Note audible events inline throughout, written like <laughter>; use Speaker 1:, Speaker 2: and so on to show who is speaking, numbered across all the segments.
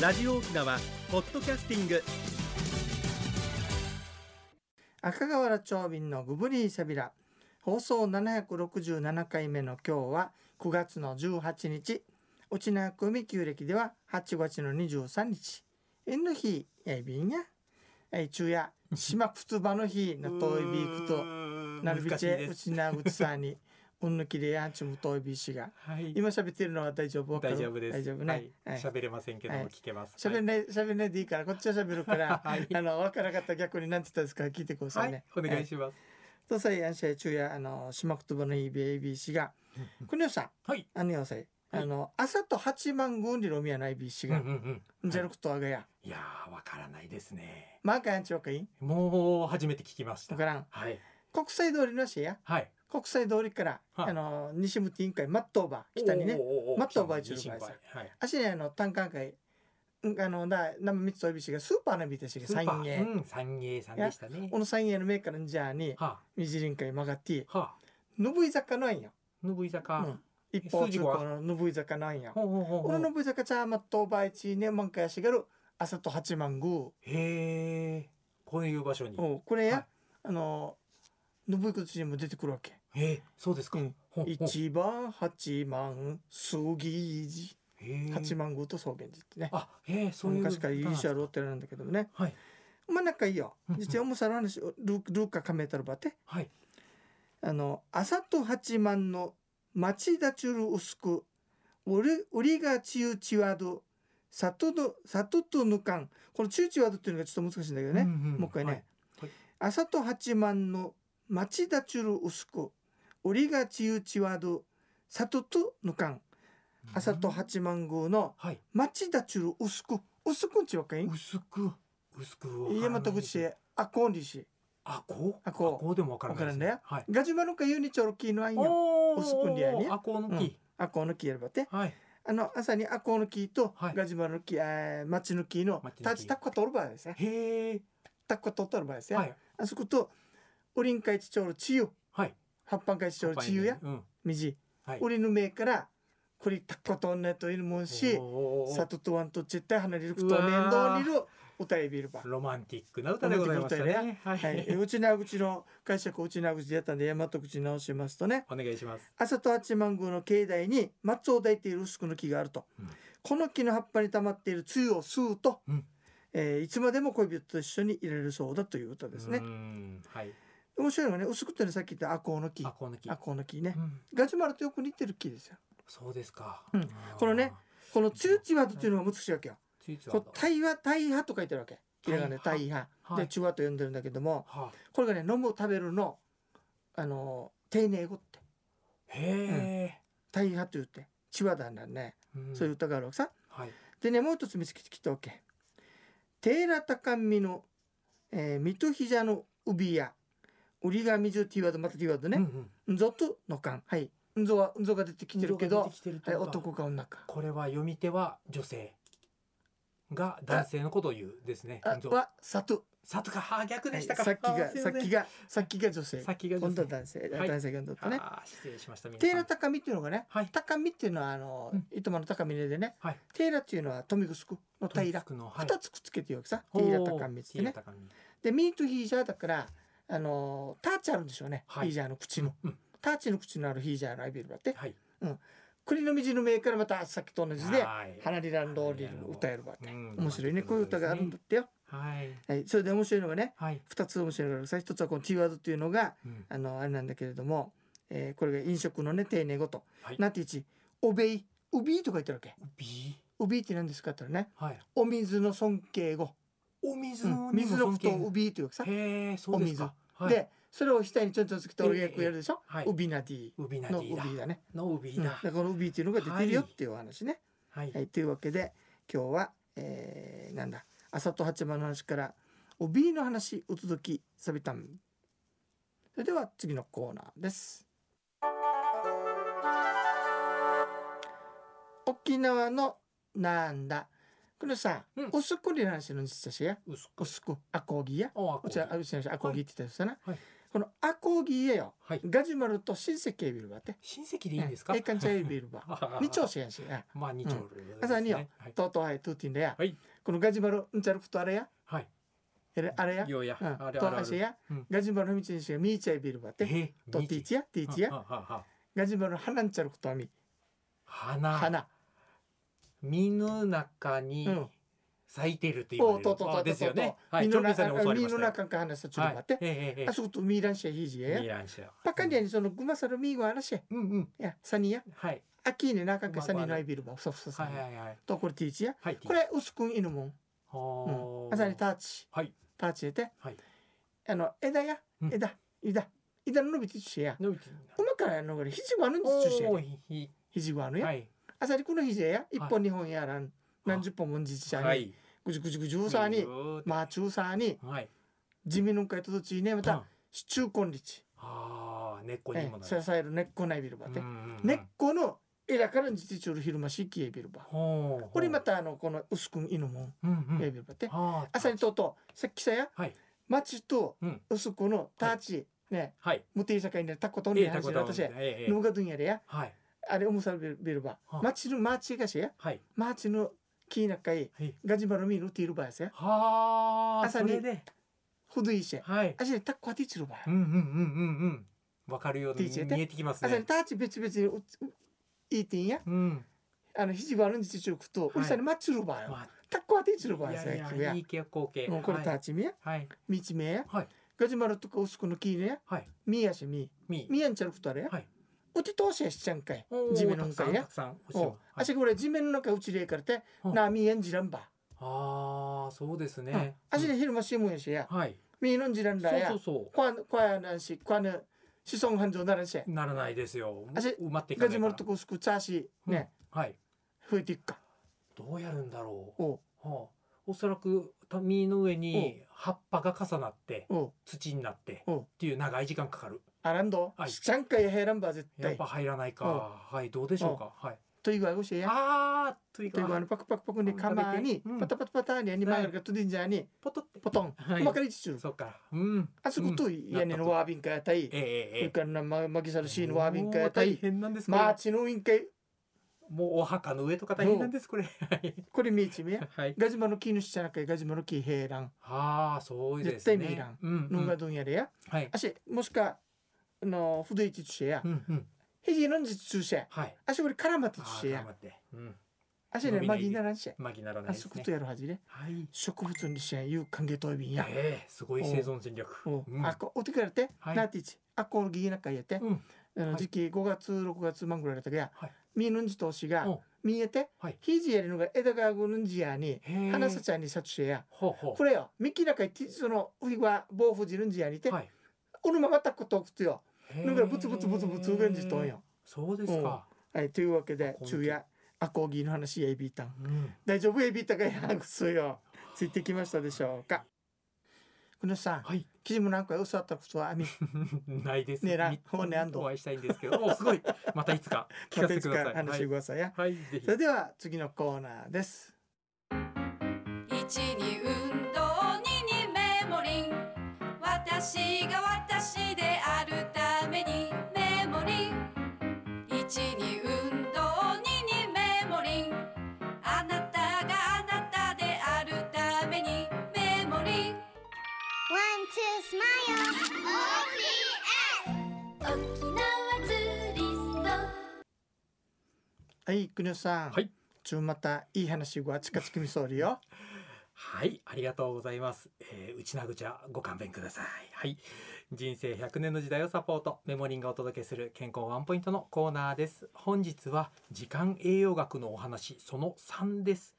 Speaker 1: ラジオ沖縄ポッドキャスティング
Speaker 2: 赤瓦町便のグブリーセビラ放送767回目の今日は9月の18日内縄組旧暦では8月の23日縁の日やいびんやえい昼夜島靴場の日の遠いびいくとなるび
Speaker 1: 難しい
Speaker 2: ちえ
Speaker 1: で
Speaker 2: う
Speaker 1: す
Speaker 2: ちなうちさ
Speaker 1: <laughs>
Speaker 2: んにうんぬきれやんちむ遠いびいしが
Speaker 1: はい
Speaker 2: 今喋ってるのは大丈夫わか
Speaker 1: 大
Speaker 2: る
Speaker 1: 丈夫です
Speaker 2: 大丈夫ね、
Speaker 1: はい、
Speaker 2: はい
Speaker 1: 喋れませんけども
Speaker 2: はい
Speaker 1: 聞けます
Speaker 2: 喋れ
Speaker 1: はい
Speaker 2: ない喋れないでいいからこっちは喋るから、
Speaker 1: <laughs> はい
Speaker 2: あの分からなかったら逆に何て言ったんですか聞いてくださいね、
Speaker 1: はいお願いします
Speaker 2: とさいあんしゃい中夜あの島言葉のいい ABC が国吉さん
Speaker 1: はい
Speaker 2: あのよさいあの朝と八万五にロミアない ABC
Speaker 1: うんう
Speaker 2: が
Speaker 1: んうん
Speaker 2: じゃなくとあがや
Speaker 1: いやーわからないですね
Speaker 2: マーカーやんちわかいん
Speaker 1: もう初めて聞きました
Speaker 2: わからん
Speaker 1: はい
Speaker 2: 国際通りのしや
Speaker 1: はい
Speaker 2: 国際通りから
Speaker 1: はい
Speaker 2: あの西向き委員会マットーバー北にねマットおばあちゃん
Speaker 1: 心
Speaker 2: が
Speaker 1: 配
Speaker 2: さ
Speaker 1: はい
Speaker 2: 足ねあの単館会うんあのだ生三つと ABC がスーパーのビタシが
Speaker 1: スーパー
Speaker 2: 三軒
Speaker 1: うん三芸さんでしたね
Speaker 2: この三軒のメーカーのじゃあに
Speaker 1: は
Speaker 2: みじりんかい曲がって
Speaker 1: あは
Speaker 2: のぶい坂なんよ、
Speaker 1: あぬぶい坂
Speaker 2: うん一方通行ののぶい坂なんよ
Speaker 1: ほうほうほうほ
Speaker 2: 俺
Speaker 1: う
Speaker 2: のぶざかちゃまとばいちねまんかやしがる朝と八万五
Speaker 1: へえこういう場所に
Speaker 2: おうこれや、
Speaker 1: はい
Speaker 2: あののぶいくつにも出てくるわけ
Speaker 1: へえそうですか
Speaker 2: うん
Speaker 1: ほうほう
Speaker 2: 一番八万杉寺
Speaker 1: へえ
Speaker 2: 八万五と草原寺ってね
Speaker 1: あへえそういう
Speaker 2: 昔からいいシャ
Speaker 1: ル
Speaker 2: ローテルなんだけどもね
Speaker 1: はい
Speaker 2: まあ仲いいよ
Speaker 1: うんうん
Speaker 2: 実はおもさらの話ルールーカカメタルバテ
Speaker 1: はい
Speaker 2: あの朝と八万の町だちゅる薄くおるおりがちゆちわど里の里とぬかんこのちゆちわどっていうのがちょっと難しいんだけどね、
Speaker 1: んん
Speaker 2: もう一回ね、
Speaker 1: はいはい
Speaker 2: 朝と八万の町だちゅる薄くおりがちゆちわど里とぬかん朝と八万号の
Speaker 1: はい
Speaker 2: 町だちゅる薄く薄くんちわかいん
Speaker 1: 薄く薄くわからない
Speaker 2: 家また口であこんりし
Speaker 1: あこう
Speaker 2: あこう
Speaker 1: あこうでもわからないですね
Speaker 2: わ
Speaker 1: はい
Speaker 2: ガジュマのかゆにちょろきのあいんよ
Speaker 1: おー
Speaker 2: 薄くんりゃね
Speaker 1: あこうの木
Speaker 2: あこうの木やればって
Speaker 1: はい
Speaker 2: あの朝にあこうの木と
Speaker 1: はい
Speaker 2: ガジュマの木、えー、町の木の
Speaker 1: 町の木
Speaker 2: たちたっことおるばやですね
Speaker 1: へえ
Speaker 2: たっことおったるばやですね、
Speaker 1: はい
Speaker 2: あそことおりんかいちちょろちゆ
Speaker 1: はい
Speaker 2: 葉っぱんかいちちょろちゆや
Speaker 1: うん
Speaker 2: みじ
Speaker 1: はい
Speaker 2: 俺の目からこれたことんねといるもんし
Speaker 1: おー
Speaker 2: 里とわんと絶対離れること
Speaker 1: うわー
Speaker 2: 面倒にるおたえびるば。
Speaker 1: ロマンティックな歌でございましたねは
Speaker 2: はい、え
Speaker 1: <laughs> い
Speaker 2: うちなうちの解釈をうちなうちでやったんで大和口直しますとね
Speaker 1: <laughs> お願いします
Speaker 2: 朝と八幡宮の境内に松を抱いている薄くの木があると、
Speaker 1: うん
Speaker 2: この木の葉っぱに溜まっている露を吸うと、
Speaker 1: うん
Speaker 2: えーいつまでも恋人と一緒にいられるそうだという歌ですね
Speaker 1: うー、んはい
Speaker 2: 面白いのがね薄くってねさっき言ったアコウの木
Speaker 1: あこうの木
Speaker 2: アコウの木ね、
Speaker 1: うん
Speaker 2: ガジュマルとよく似てる木ですよ
Speaker 1: そうですか
Speaker 2: うんこのねこのチューチワードというのが難しいわけよ
Speaker 1: ついつい
Speaker 2: こう対話対派と書いてあるわけひらがね
Speaker 1: 対
Speaker 2: 対派
Speaker 1: はい
Speaker 2: で中和と呼んでるんだけども
Speaker 1: はあ
Speaker 2: これがね飲む食べるのあの丁寧語って
Speaker 1: へ
Speaker 2: 対派と言って中和だんだね、
Speaker 1: え、ん
Speaker 2: そういう歌があるわけさ
Speaker 1: はい
Speaker 2: でねもう一つ見つけてきたわけ「テーラタカンミの、えー、ミトヒジャの帯やウリガミジュティワードまたティワード
Speaker 1: うん
Speaker 2: ね
Speaker 1: うん
Speaker 2: 「んぞ」と「のかん」はい「んぞ」は「んぞ」が出てきてるけど
Speaker 1: 運動が出きてるって
Speaker 2: はい
Speaker 1: ことは
Speaker 2: 男か女か
Speaker 1: これは読み手は女性が男性のことを言うですね
Speaker 2: あ
Speaker 1: 運動
Speaker 2: は「さと」
Speaker 1: さとかあ逆
Speaker 2: は
Speaker 1: で
Speaker 2: い
Speaker 1: し
Speaker 2: さ
Speaker 1: たか
Speaker 2: っき
Speaker 1: あ
Speaker 2: が
Speaker 1: すい
Speaker 2: さ
Speaker 1: ま
Speaker 2: っ
Speaker 1: せん
Speaker 2: きがさっきが女性
Speaker 1: 先が女
Speaker 2: 今度
Speaker 1: 性
Speaker 2: は男性、
Speaker 1: はい
Speaker 2: 男性が今度だったね。
Speaker 1: あー失礼しました皆
Speaker 2: テイ
Speaker 1: さ
Speaker 2: ラ
Speaker 1: ん
Speaker 2: 高見っていうのがね、
Speaker 1: はい
Speaker 2: 高見っていうのはあの、
Speaker 1: うん
Speaker 2: いとまの高見でね、
Speaker 1: はい
Speaker 2: テイラっていうのは富城の平、二
Speaker 1: トンツクのはい
Speaker 2: つくっつけてよくさ、テイラ高見っつって
Speaker 1: 平
Speaker 2: ね。
Speaker 1: 高見
Speaker 2: で、ミートヒージャーだから、あのターチあるんでしょうね、
Speaker 1: はい
Speaker 2: ヒージャーの口の。
Speaker 1: うん
Speaker 2: ターチの口のあるヒージャーのアイビルバって、
Speaker 1: はい
Speaker 2: 栗の道の芽からまたさっきと同じで、
Speaker 1: はい
Speaker 2: 花リランドーリルを歌えるわって、
Speaker 1: うん
Speaker 2: 面白いね、こういう歌があるんだってよ。
Speaker 1: はい
Speaker 2: はい、それで面白いのがね、
Speaker 1: はい
Speaker 2: 二つ面白いのがさ、一つはこの T ワードっていうのが、
Speaker 1: うん
Speaker 2: あのあれなんだけれども、えーこれが飲食のね丁寧ごと、
Speaker 1: はい
Speaker 2: なんて一おべいおびいと書いてあるわけ
Speaker 1: B
Speaker 2: おびいって何ですかって言ったらね
Speaker 1: はい
Speaker 2: お水の尊敬語、
Speaker 1: お水
Speaker 2: う
Speaker 1: の
Speaker 2: ん水のことをお
Speaker 1: を
Speaker 2: びいというかさ、
Speaker 1: へえそうですかはい
Speaker 2: でそれを額にちょんちょんつけて
Speaker 1: ええ
Speaker 2: 俺がよくやるでしょ、
Speaker 1: はい
Speaker 2: おびなディ
Speaker 1: ウビナデ
Speaker 2: のお
Speaker 1: ィだ
Speaker 2: びだね
Speaker 1: のウビ
Speaker 2: うんだ
Speaker 1: だ
Speaker 2: からこのおびいっていうのが出てるよ
Speaker 1: はい
Speaker 2: っていうお話ね、
Speaker 1: はい
Speaker 2: はいというわけで今日は、えーなんだ朝と八幡の話からおびいの話お届きサビタンそれでは次のコーナーです沖縄のなんだこれさ、
Speaker 1: うん
Speaker 2: おすこりの話の日差しや
Speaker 1: 薄く
Speaker 2: おすこあこぎや
Speaker 1: あ
Speaker 2: お茶あうちの話あこぎって言ったやつだな、
Speaker 1: はい
Speaker 2: このアコギエよ
Speaker 1: はい。
Speaker 2: ガジュマルと親戚エビルバって
Speaker 1: 親戚でいいんですか
Speaker 2: え？えかんちゃエビル
Speaker 1: <laughs>
Speaker 2: バにちょうしやんしや
Speaker 1: まあ二丁
Speaker 2: うん
Speaker 1: でございますね。
Speaker 2: 朝によ
Speaker 1: はい。
Speaker 2: とうとうはいトゥーティンだや
Speaker 1: はい
Speaker 2: このガジュマルんちゃるくとあれや
Speaker 1: はい。
Speaker 2: えれあれや
Speaker 1: ようや。
Speaker 2: うん
Speaker 1: あれ
Speaker 2: と
Speaker 1: あれあ
Speaker 2: あし
Speaker 1: れ。
Speaker 2: や
Speaker 1: うん
Speaker 2: ガジュマルの道にしがみーちゃエビルバって
Speaker 1: え
Speaker 2: と
Speaker 1: ミ
Speaker 2: ティー
Speaker 1: キ
Speaker 2: チやティーチや
Speaker 1: ははは
Speaker 2: ガジュマルの花んちゃるくとあみ
Speaker 1: 花。
Speaker 2: 花
Speaker 1: 身の中に
Speaker 2: うん
Speaker 1: 咲いてるって言わ
Speaker 2: お
Speaker 1: れ
Speaker 2: う
Speaker 1: る。
Speaker 2: とうとうと
Speaker 1: あ
Speaker 2: うと
Speaker 1: で
Speaker 2: う
Speaker 1: す
Speaker 2: と
Speaker 1: よ
Speaker 2: うとう
Speaker 1: ね。はい。
Speaker 2: 身
Speaker 1: ジョ
Speaker 2: の
Speaker 1: ルビーさん
Speaker 2: 中
Speaker 1: に教わり
Speaker 2: 身
Speaker 1: まし
Speaker 2: の
Speaker 1: たよ。
Speaker 2: 中か話さちょっと待って
Speaker 1: はい。ええええ
Speaker 2: あそことミーランシャヒージ
Speaker 1: ええ。
Speaker 2: や
Speaker 1: ミ
Speaker 2: や
Speaker 1: ランシャ。
Speaker 2: パカリアにそのグマサルミーゴアラシェ
Speaker 1: うんうん。
Speaker 2: いやサニーや
Speaker 1: はい。
Speaker 2: アキーネなかんか
Speaker 1: まあ
Speaker 2: サニーのエビルバふさふささ
Speaker 1: は
Speaker 2: ん
Speaker 1: いはいはい。
Speaker 2: とこれティーチや
Speaker 1: はい。
Speaker 2: これ薄くん犬もん
Speaker 1: は
Speaker 2: うん、あさにタッチ
Speaker 1: はい。
Speaker 2: タッチで
Speaker 1: はい。
Speaker 2: あの枝や
Speaker 1: うん
Speaker 2: 枝、枝枝の伸びてちゅうや
Speaker 1: 伸びて
Speaker 2: うまからやんのがれ肘があるんで
Speaker 1: お
Speaker 2: すちゅうや
Speaker 1: ーひひ
Speaker 2: 肘があるや、
Speaker 1: はい。
Speaker 2: あさにこの肘や一
Speaker 1: はい
Speaker 2: 本二本やらん何十本もんじちゃに、
Speaker 1: はい。
Speaker 2: ぐじゅぐじゅぐじゅうさに
Speaker 1: ぐーっと
Speaker 2: まあ中さに
Speaker 1: はい。
Speaker 2: 地味のんかいとどちいねま
Speaker 1: うん
Speaker 2: た支柱根立
Speaker 1: ああ、根っこ
Speaker 2: え
Speaker 1: にも
Speaker 2: え
Speaker 1: な
Speaker 2: 支
Speaker 1: る。
Speaker 2: える根っこないビルバ
Speaker 1: う
Speaker 2: っ
Speaker 1: ん
Speaker 2: て、
Speaker 1: うんうん
Speaker 2: 根っこの枝からんじてちゅうる昼間しきえビルバ
Speaker 1: ほう。
Speaker 2: これまたあのこの薄くん犬もん
Speaker 1: うんうん。
Speaker 2: えビルバって
Speaker 1: は
Speaker 2: あさにとうとうさっきさや
Speaker 1: はい。
Speaker 2: 町と
Speaker 1: うん。
Speaker 2: 薄くのタッチ、ね
Speaker 1: はい。
Speaker 2: 無定社会にタコトン
Speaker 1: え
Speaker 2: に
Speaker 1: え、たこ
Speaker 2: 話し
Speaker 1: と
Speaker 2: て
Speaker 1: は
Speaker 2: 私は
Speaker 1: えええ
Speaker 2: 農
Speaker 1: え。
Speaker 2: 家分野でや
Speaker 1: はい。
Speaker 2: あれ重さビルバ
Speaker 1: はあ
Speaker 2: 町の町がしや
Speaker 1: はい。
Speaker 2: 町のキーナカイ
Speaker 1: はい。
Speaker 2: ガジマルミールティールバやせや
Speaker 1: はあ、
Speaker 2: 朝
Speaker 1: そ
Speaker 2: に
Speaker 1: れで。
Speaker 2: ほどいし
Speaker 1: はい。
Speaker 2: あしでタコはティーチルバや
Speaker 1: うんうんうんうんうん。わかるように
Speaker 2: DJ
Speaker 1: 見えてきます
Speaker 2: あさ
Speaker 1: ね。
Speaker 2: にタッチ別々にうういいてんや
Speaker 1: うん。
Speaker 2: あの肘バルンジチチュクと
Speaker 1: い
Speaker 2: うるさにマッチルバや
Speaker 1: ま
Speaker 2: タコはティーチル
Speaker 1: あ、
Speaker 2: バ
Speaker 1: い
Speaker 2: や
Speaker 1: や
Speaker 2: せや君
Speaker 1: いや、
Speaker 2: や
Speaker 1: いい傾向系。
Speaker 2: もうこれタッチみや
Speaker 1: はい。
Speaker 2: 道めや
Speaker 1: はい。
Speaker 2: ガジマルとか薄くのキーナや
Speaker 1: はい。
Speaker 2: みやしみ
Speaker 1: み。
Speaker 2: みやんちゃるくとあれや
Speaker 1: はい。
Speaker 2: おて通しやしちゃんかい
Speaker 1: おー
Speaker 2: 地面の中や
Speaker 1: たくさん。たくさんお
Speaker 2: おう
Speaker 1: 塩は
Speaker 2: あ
Speaker 1: い
Speaker 2: しこれ地面の中うちれえからて
Speaker 1: うん
Speaker 2: なあみやんじらんば
Speaker 1: ああ、そうです
Speaker 2: うん
Speaker 1: ね。
Speaker 2: あし
Speaker 1: う
Speaker 2: で
Speaker 1: ん
Speaker 2: 昼間新聞やしや
Speaker 1: はい。
Speaker 2: みーのんじらんらや
Speaker 1: そうそう
Speaker 2: こわこわなんしこわぬ子孫繁盛ならんし
Speaker 1: そう。ならないですよ。もう
Speaker 2: あし
Speaker 1: 埋まっていか
Speaker 2: ガ
Speaker 1: な
Speaker 2: ジ
Speaker 1: い
Speaker 2: ュマ
Speaker 1: か
Speaker 2: ル
Speaker 1: ら
Speaker 2: と。こすくちゃしね
Speaker 1: うん。はい。
Speaker 2: 増えていくか
Speaker 1: どうやるんだろう。
Speaker 2: おう
Speaker 1: はあ、おそらく民の上に葉っぱが重なって
Speaker 2: おう
Speaker 1: 土になって
Speaker 2: お
Speaker 1: っ
Speaker 2: う
Speaker 1: ていう長い時間かかる
Speaker 2: あらんど
Speaker 1: はい
Speaker 2: しちゃんかいへらんば絶
Speaker 1: やっ
Speaker 2: 対
Speaker 1: ぱ入らないかはいどうでしょうかはい
Speaker 2: というわごしや
Speaker 1: あーという
Speaker 2: というわ
Speaker 1: か
Speaker 2: のパクパクパクにかまに
Speaker 1: うん
Speaker 2: パタパタパタにあにまがるかとでんじゃに
Speaker 1: ポトって
Speaker 2: ポトン
Speaker 1: はい
Speaker 2: おまかりちちゅう
Speaker 1: そうかうん
Speaker 2: あそこ
Speaker 1: うん
Speaker 2: と屋根のワービンかやたい
Speaker 1: ええ
Speaker 2: そ
Speaker 1: え
Speaker 2: れ
Speaker 1: ええ
Speaker 2: からなままきさ
Speaker 1: え
Speaker 2: るシーンのワービンかやた
Speaker 1: もう大
Speaker 2: い
Speaker 1: 変なんですこれ
Speaker 2: マーチのウインカイ
Speaker 1: もうお墓の上とか大変なんですこれはい
Speaker 2: これみーちみや
Speaker 1: はい
Speaker 2: ガジュマルの木主じゃなくてガジュマルの木平らん
Speaker 1: ああそうですね
Speaker 2: 絶対見らん
Speaker 1: うんう
Speaker 2: のんが
Speaker 1: ん
Speaker 2: どんやれや
Speaker 1: はい
Speaker 2: あしもしかあのふどいちちゅうや
Speaker 1: うんうん
Speaker 2: 肘のんじ注射
Speaker 1: はい
Speaker 2: 足俺絡まって
Speaker 1: あー
Speaker 2: 注
Speaker 1: 頑
Speaker 2: 射や
Speaker 1: 張ってうん
Speaker 2: 足ね
Speaker 1: 伸び
Speaker 2: ま
Speaker 1: ない
Speaker 2: ぎならんしや
Speaker 1: まぎならない
Speaker 2: あ
Speaker 1: です
Speaker 2: そ
Speaker 1: ね
Speaker 2: ことやるはじね
Speaker 1: はい
Speaker 2: 植物にしや有歓迎飛びんや
Speaker 1: ええすごい生存戦略。
Speaker 2: おう
Speaker 1: うん
Speaker 2: あこお手からて
Speaker 1: はい
Speaker 2: なっていちあこのぎなかやって
Speaker 1: うん
Speaker 2: あの
Speaker 1: はい
Speaker 2: 時期5月6月まんぐらいだったけや
Speaker 1: はい
Speaker 2: みーのんじとおしが
Speaker 1: お
Speaker 2: 見えて
Speaker 1: はい
Speaker 2: 肘やりのが枝がぐぬんじやに
Speaker 1: へえ
Speaker 2: 花さちゃんにさちゅうや
Speaker 1: ほうほう
Speaker 2: これよ幹なかいてそのういは棒ふじるんじやにて
Speaker 1: はい。
Speaker 2: おのままたことおくつよ
Speaker 1: へえ
Speaker 2: だからブツブツブツブツがんじとんよ。
Speaker 1: そうですか。
Speaker 2: はい、というわけで
Speaker 1: こんにちは
Speaker 2: 昼夜アコーギーの話やエビータン
Speaker 1: うん
Speaker 2: 大丈夫エビータンがやくすよついてきましたでしょうかこのさん
Speaker 1: はい。 <laughs>
Speaker 2: 記事もなんか嘘あったことはあみ
Speaker 1: ないです。
Speaker 2: ねえな
Speaker 1: み
Speaker 2: ほうねあんど
Speaker 1: お会いしたいんですけど、おすごい。またいつか <laughs> 聞かせてくだ
Speaker 2: <laughs>
Speaker 1: さい。
Speaker 2: 話
Speaker 1: は
Speaker 2: して
Speaker 1: い
Speaker 2: くださいや、
Speaker 1: はいぜひ
Speaker 2: それ。では次のコーナーです
Speaker 3: 一に運動二にメモリン私が私であるためにメモリン一に運動二にメモリンあなたがあなたであるためにメモリン
Speaker 4: One, two, smile. OPS. 沖縄ツーリスト。
Speaker 2: はい国吉さん、
Speaker 1: はい
Speaker 2: ちゅうまたいい話ごあちかちきみそう
Speaker 1: <laughs>
Speaker 2: りよ
Speaker 1: はい、ありがとうございます。えー、うちなぐちゃご勘弁ください。はい。人生100年の時代をサポート、メモリンがお届けする健康ワンポイントのコーナーです。本日は時間栄養学のお話、その3です。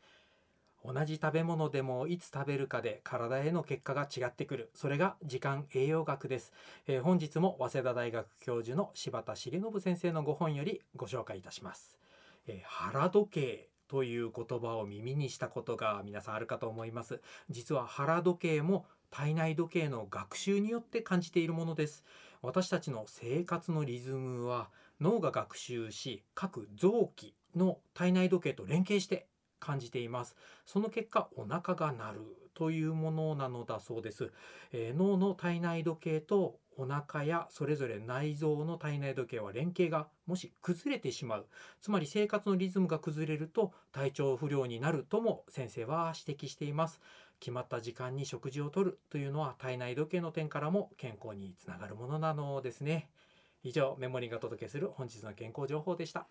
Speaker 1: 同じ食べ物でもいつ食べるかで体への結果が違ってくる。それが時間栄養学です。えー本日も早稲田大学教授の柴田重信先生のご本よりご紹介いたします。えー腹時計という言葉を耳にしたことが皆さんあるかと思います。実は腹時計も体内時計の学習によって感じているものです。私たちの生活のリズムは脳が学習し各臓器の体内時計と連携して感じています。その結果お腹が鳴るというものなのだそうです、えー脳の体内時計とお腹やそれぞれ内臓の体内時計は連携がもし崩れてしまうつまり生活のリズムが崩れると体調不良になるとも先生は指摘しています決まった時間に食事をとるというのは体内時計の点からも健康につながるものなのですね以上メモリーがお届けする本日の健康情報でした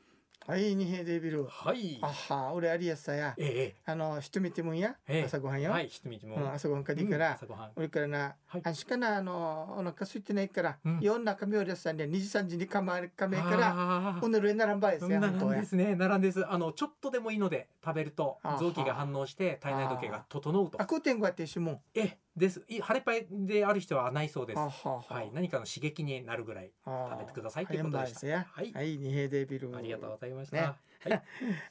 Speaker 2: はい二平デビル
Speaker 1: はい
Speaker 2: あは俺有安さや
Speaker 1: え
Speaker 2: あの人見てもんや、
Speaker 1: ええ
Speaker 2: 朝ごはん
Speaker 1: え
Speaker 2: よ、
Speaker 1: はいひとみち
Speaker 2: う
Speaker 1: も、
Speaker 2: ん、朝ごはんかでいいから、
Speaker 1: うん朝ごはん
Speaker 2: 俺からな、
Speaker 1: はい
Speaker 2: あんしかなあのお腹空いてないから、
Speaker 1: うん
Speaker 2: 夜中目を出さんで二時三時にかまかめから
Speaker 1: あー
Speaker 2: おぬるえならんばいですよ
Speaker 1: 並
Speaker 2: 本当
Speaker 1: ん
Speaker 2: や
Speaker 1: ですね並んですあのちょっとでもいいので食べると
Speaker 2: あは
Speaker 1: 臓器が反応して体内時計が整うと
Speaker 2: あこうてんごやって一緒もん
Speaker 1: ええですい晴れっぱいである人はないそうです
Speaker 2: あはあ
Speaker 1: はい何かの刺激になるぐらい
Speaker 2: あ
Speaker 1: 食べてくださいということでした
Speaker 2: あやんばいですや
Speaker 1: は
Speaker 2: はい二平デビル
Speaker 1: ありがとうございました、
Speaker 2: ね
Speaker 1: はい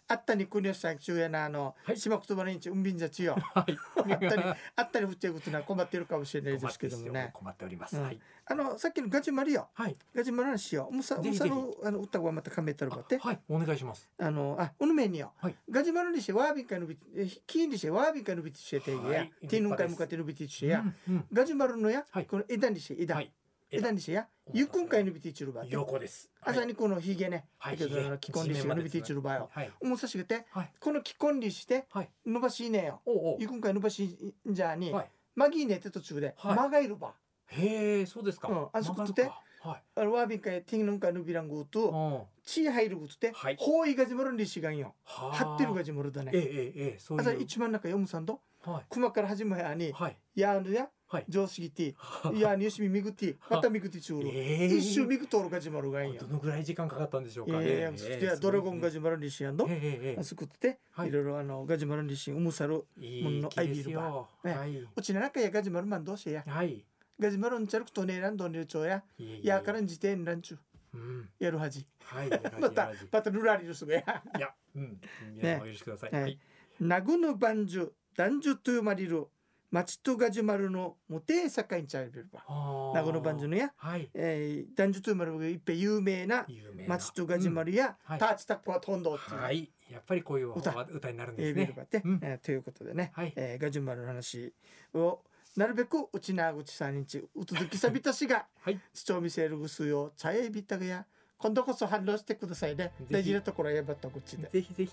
Speaker 2: あったにくにょさん中やなあの、
Speaker 1: はい
Speaker 2: 島言葉のインチうんびんじゃ
Speaker 1: <laughs>
Speaker 2: ちよ
Speaker 1: はい
Speaker 2: あったりあったりふっていうことな困ってるかもしれないですけどもね
Speaker 1: 困っております、
Speaker 2: うん
Speaker 1: はい
Speaker 2: あのさっきのガジュマリよ
Speaker 1: はい
Speaker 2: ガジュマリのしようむさ
Speaker 1: ぜ
Speaker 2: む
Speaker 1: ひ
Speaker 2: さ
Speaker 1: ぜひ
Speaker 2: のあの歌声またかめたるばって
Speaker 1: あはいお願いします
Speaker 2: あのあおぬめによ、
Speaker 1: はい
Speaker 2: ガジュマリにしてワービンカのびえキーにしてワービンカのびてしてていい
Speaker 1: は
Speaker 2: や
Speaker 1: い
Speaker 2: 手ぬんか向かってのびてしてや、
Speaker 1: うんうん
Speaker 2: ガジュマルのや、
Speaker 1: はい
Speaker 2: この枝にして枝、
Speaker 1: はい枝
Speaker 2: 枝にしてやゆっくんかいのびてちるばって
Speaker 1: 横です
Speaker 2: 朝
Speaker 1: に
Speaker 2: にこのひげね、
Speaker 1: はい
Speaker 2: だけど
Speaker 1: ひげ
Speaker 2: 着込んで
Speaker 1: 地
Speaker 2: し
Speaker 1: 面ま
Speaker 2: 伸
Speaker 1: で
Speaker 2: びてちるばよ、
Speaker 1: はい
Speaker 2: もうさしくて
Speaker 1: はい
Speaker 2: この着込んでして
Speaker 1: はい
Speaker 2: 伸ばしいねよ
Speaker 1: おうおう
Speaker 2: ゆくんかい伸ばしんじゃあに、
Speaker 1: はい
Speaker 2: マギーねって途中で、
Speaker 1: はい
Speaker 2: マガイルバ
Speaker 1: へえそうですか、
Speaker 2: うんあそこっ
Speaker 1: 曲
Speaker 2: て
Speaker 1: がるかはい
Speaker 2: あのワービンかいティンヌンかいのびらんご
Speaker 1: う
Speaker 2: と
Speaker 1: ん
Speaker 2: チー入ることって、
Speaker 1: はい
Speaker 2: ほういがじまるんでしがんよ張
Speaker 1: は
Speaker 2: ってるが
Speaker 1: が
Speaker 2: じまるだね
Speaker 1: ええええええそう
Speaker 2: 朝
Speaker 1: いう
Speaker 2: 一番中読むさんと
Speaker 1: は
Speaker 2: 熊から始まりや
Speaker 1: い
Speaker 2: に、
Speaker 1: はい
Speaker 2: やんや
Speaker 1: はい
Speaker 2: 上司ぎてやによしみみぐってまたみぐってちゅうろ、
Speaker 1: <laughs> ええ
Speaker 2: 一周みぐとおるがじまるがんよ
Speaker 1: どのぐらい時間かかったんでしょう
Speaker 2: い
Speaker 1: か
Speaker 2: や
Speaker 1: ね
Speaker 2: いやいやそしてドラゴンが
Speaker 1: え
Speaker 2: じまるんでしやんど
Speaker 1: えええ
Speaker 2: あそこって、
Speaker 1: はい
Speaker 2: い、ろいろあのガジュマルにしんうむさる
Speaker 1: ええいい気ですよ
Speaker 2: ね
Speaker 1: はい
Speaker 2: 落ちな中やガジュマルマンどうしや
Speaker 1: はい
Speaker 2: ガジュマルんちゃるくとねえらんどんねるちょうや
Speaker 1: いえいえ
Speaker 2: やからんじてんらんちゅ
Speaker 1: うん
Speaker 2: うやるはじ
Speaker 1: はいやらじ
Speaker 2: また
Speaker 1: やらじ
Speaker 2: またルラリルすぐ <laughs> や
Speaker 1: いやうん皆様お許しください
Speaker 2: ね
Speaker 1: はい
Speaker 2: なぐぬばんじゅだんじゅとゆまりるまちとガジュマルのもてえさかいんちゃうべるばなぐぬばんじゅ
Speaker 1: ね
Speaker 2: のや
Speaker 1: はい
Speaker 2: えーだんじゅとゆまるがいっぺ有名な
Speaker 1: 有名な
Speaker 2: まちとガジュマルや
Speaker 1: うんはい
Speaker 2: ターチタップはとんどっていう
Speaker 1: は、いやっぱりこういう
Speaker 2: 歌
Speaker 1: 歌歌になるん
Speaker 2: え
Speaker 1: で
Speaker 2: ー
Speaker 1: す
Speaker 2: ベルバ
Speaker 1: ね
Speaker 2: って、
Speaker 1: うん
Speaker 2: えーということでね、
Speaker 1: はい
Speaker 2: えーガジュマルの話をなるべくうちなうちさんにちうつづきさびたしが
Speaker 1: はい
Speaker 2: ちょみせるぐすよ茶えびたがや今度こそ反応してくださいね
Speaker 1: ひ
Speaker 2: 大事なところはやばったこっちで
Speaker 1: ぜひぜひ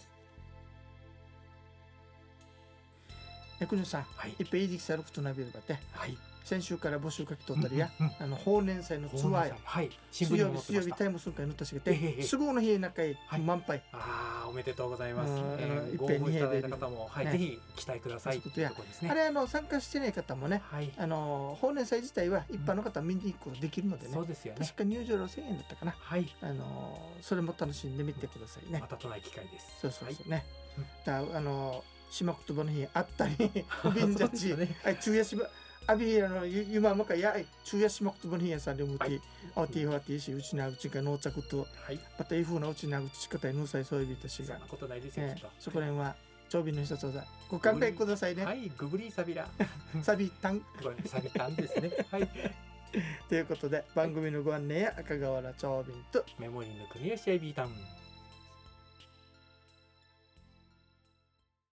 Speaker 2: えくにょさん
Speaker 1: はい
Speaker 2: いっぺいいじきさることなべるばって
Speaker 1: はい
Speaker 2: 先週から募集書き取ったりや、
Speaker 1: うんうん
Speaker 2: あの法年祭のツアーや
Speaker 1: はい新聞
Speaker 2: 水
Speaker 1: に
Speaker 2: 曜
Speaker 1: も
Speaker 2: 日
Speaker 1: 載って
Speaker 2: 水
Speaker 1: ま
Speaker 2: 曜
Speaker 1: し
Speaker 2: 日
Speaker 1: た
Speaker 2: タイムするから塗ったしが
Speaker 1: えええ
Speaker 2: て
Speaker 1: え
Speaker 2: すぐの日へ中へ
Speaker 1: はい
Speaker 2: 満杯
Speaker 1: ああおめでとうございます
Speaker 2: うんあの。
Speaker 1: えー
Speaker 2: 一
Speaker 1: ご応
Speaker 2: 遍
Speaker 1: 募いただい
Speaker 2: 二
Speaker 1: た
Speaker 2: 遍
Speaker 1: 方もはい
Speaker 2: ね
Speaker 1: ぜひ期待ください。
Speaker 2: そういうことや
Speaker 1: とこですね。
Speaker 2: あれあの参加してない方もね
Speaker 1: はい
Speaker 2: あの法年祭自体は一般の方は見に行くことできるのでね
Speaker 1: そうですよね
Speaker 2: 確。か入場料1000円だったかな
Speaker 1: はい
Speaker 2: あのーそれも楽しんでみてくださいね
Speaker 1: ま。たとない機会です。
Speaker 2: そうそう
Speaker 1: はい
Speaker 2: そうね
Speaker 1: うん。
Speaker 2: だあのー島言葉の日あっ
Speaker 1: <laughs>
Speaker 2: たり、おびんじゃ
Speaker 1: そう
Speaker 2: ち
Speaker 1: でしたね、
Speaker 2: あ昼夜島アビーラのゆゆままかやい昼夜島言葉の日やさんでも
Speaker 1: は
Speaker 2: て
Speaker 1: い、
Speaker 2: あていはていしうちなうちが農着と
Speaker 1: はい。
Speaker 2: またいふうなうちなうち方へ農祭そういびたし
Speaker 1: そ
Speaker 2: が
Speaker 1: んな、ことないですよ
Speaker 2: え
Speaker 1: きっ
Speaker 2: ー
Speaker 1: と。
Speaker 2: そこら辺は長瓶の一つ技ご勘弁ください
Speaker 1: は
Speaker 2: ね。
Speaker 1: いグブリーサビラ。
Speaker 2: サビタン
Speaker 1: これサビたんですね。はい
Speaker 2: ということで番組のご案内や赤瓦長瓶と
Speaker 1: メモリーの組み合わせビータン。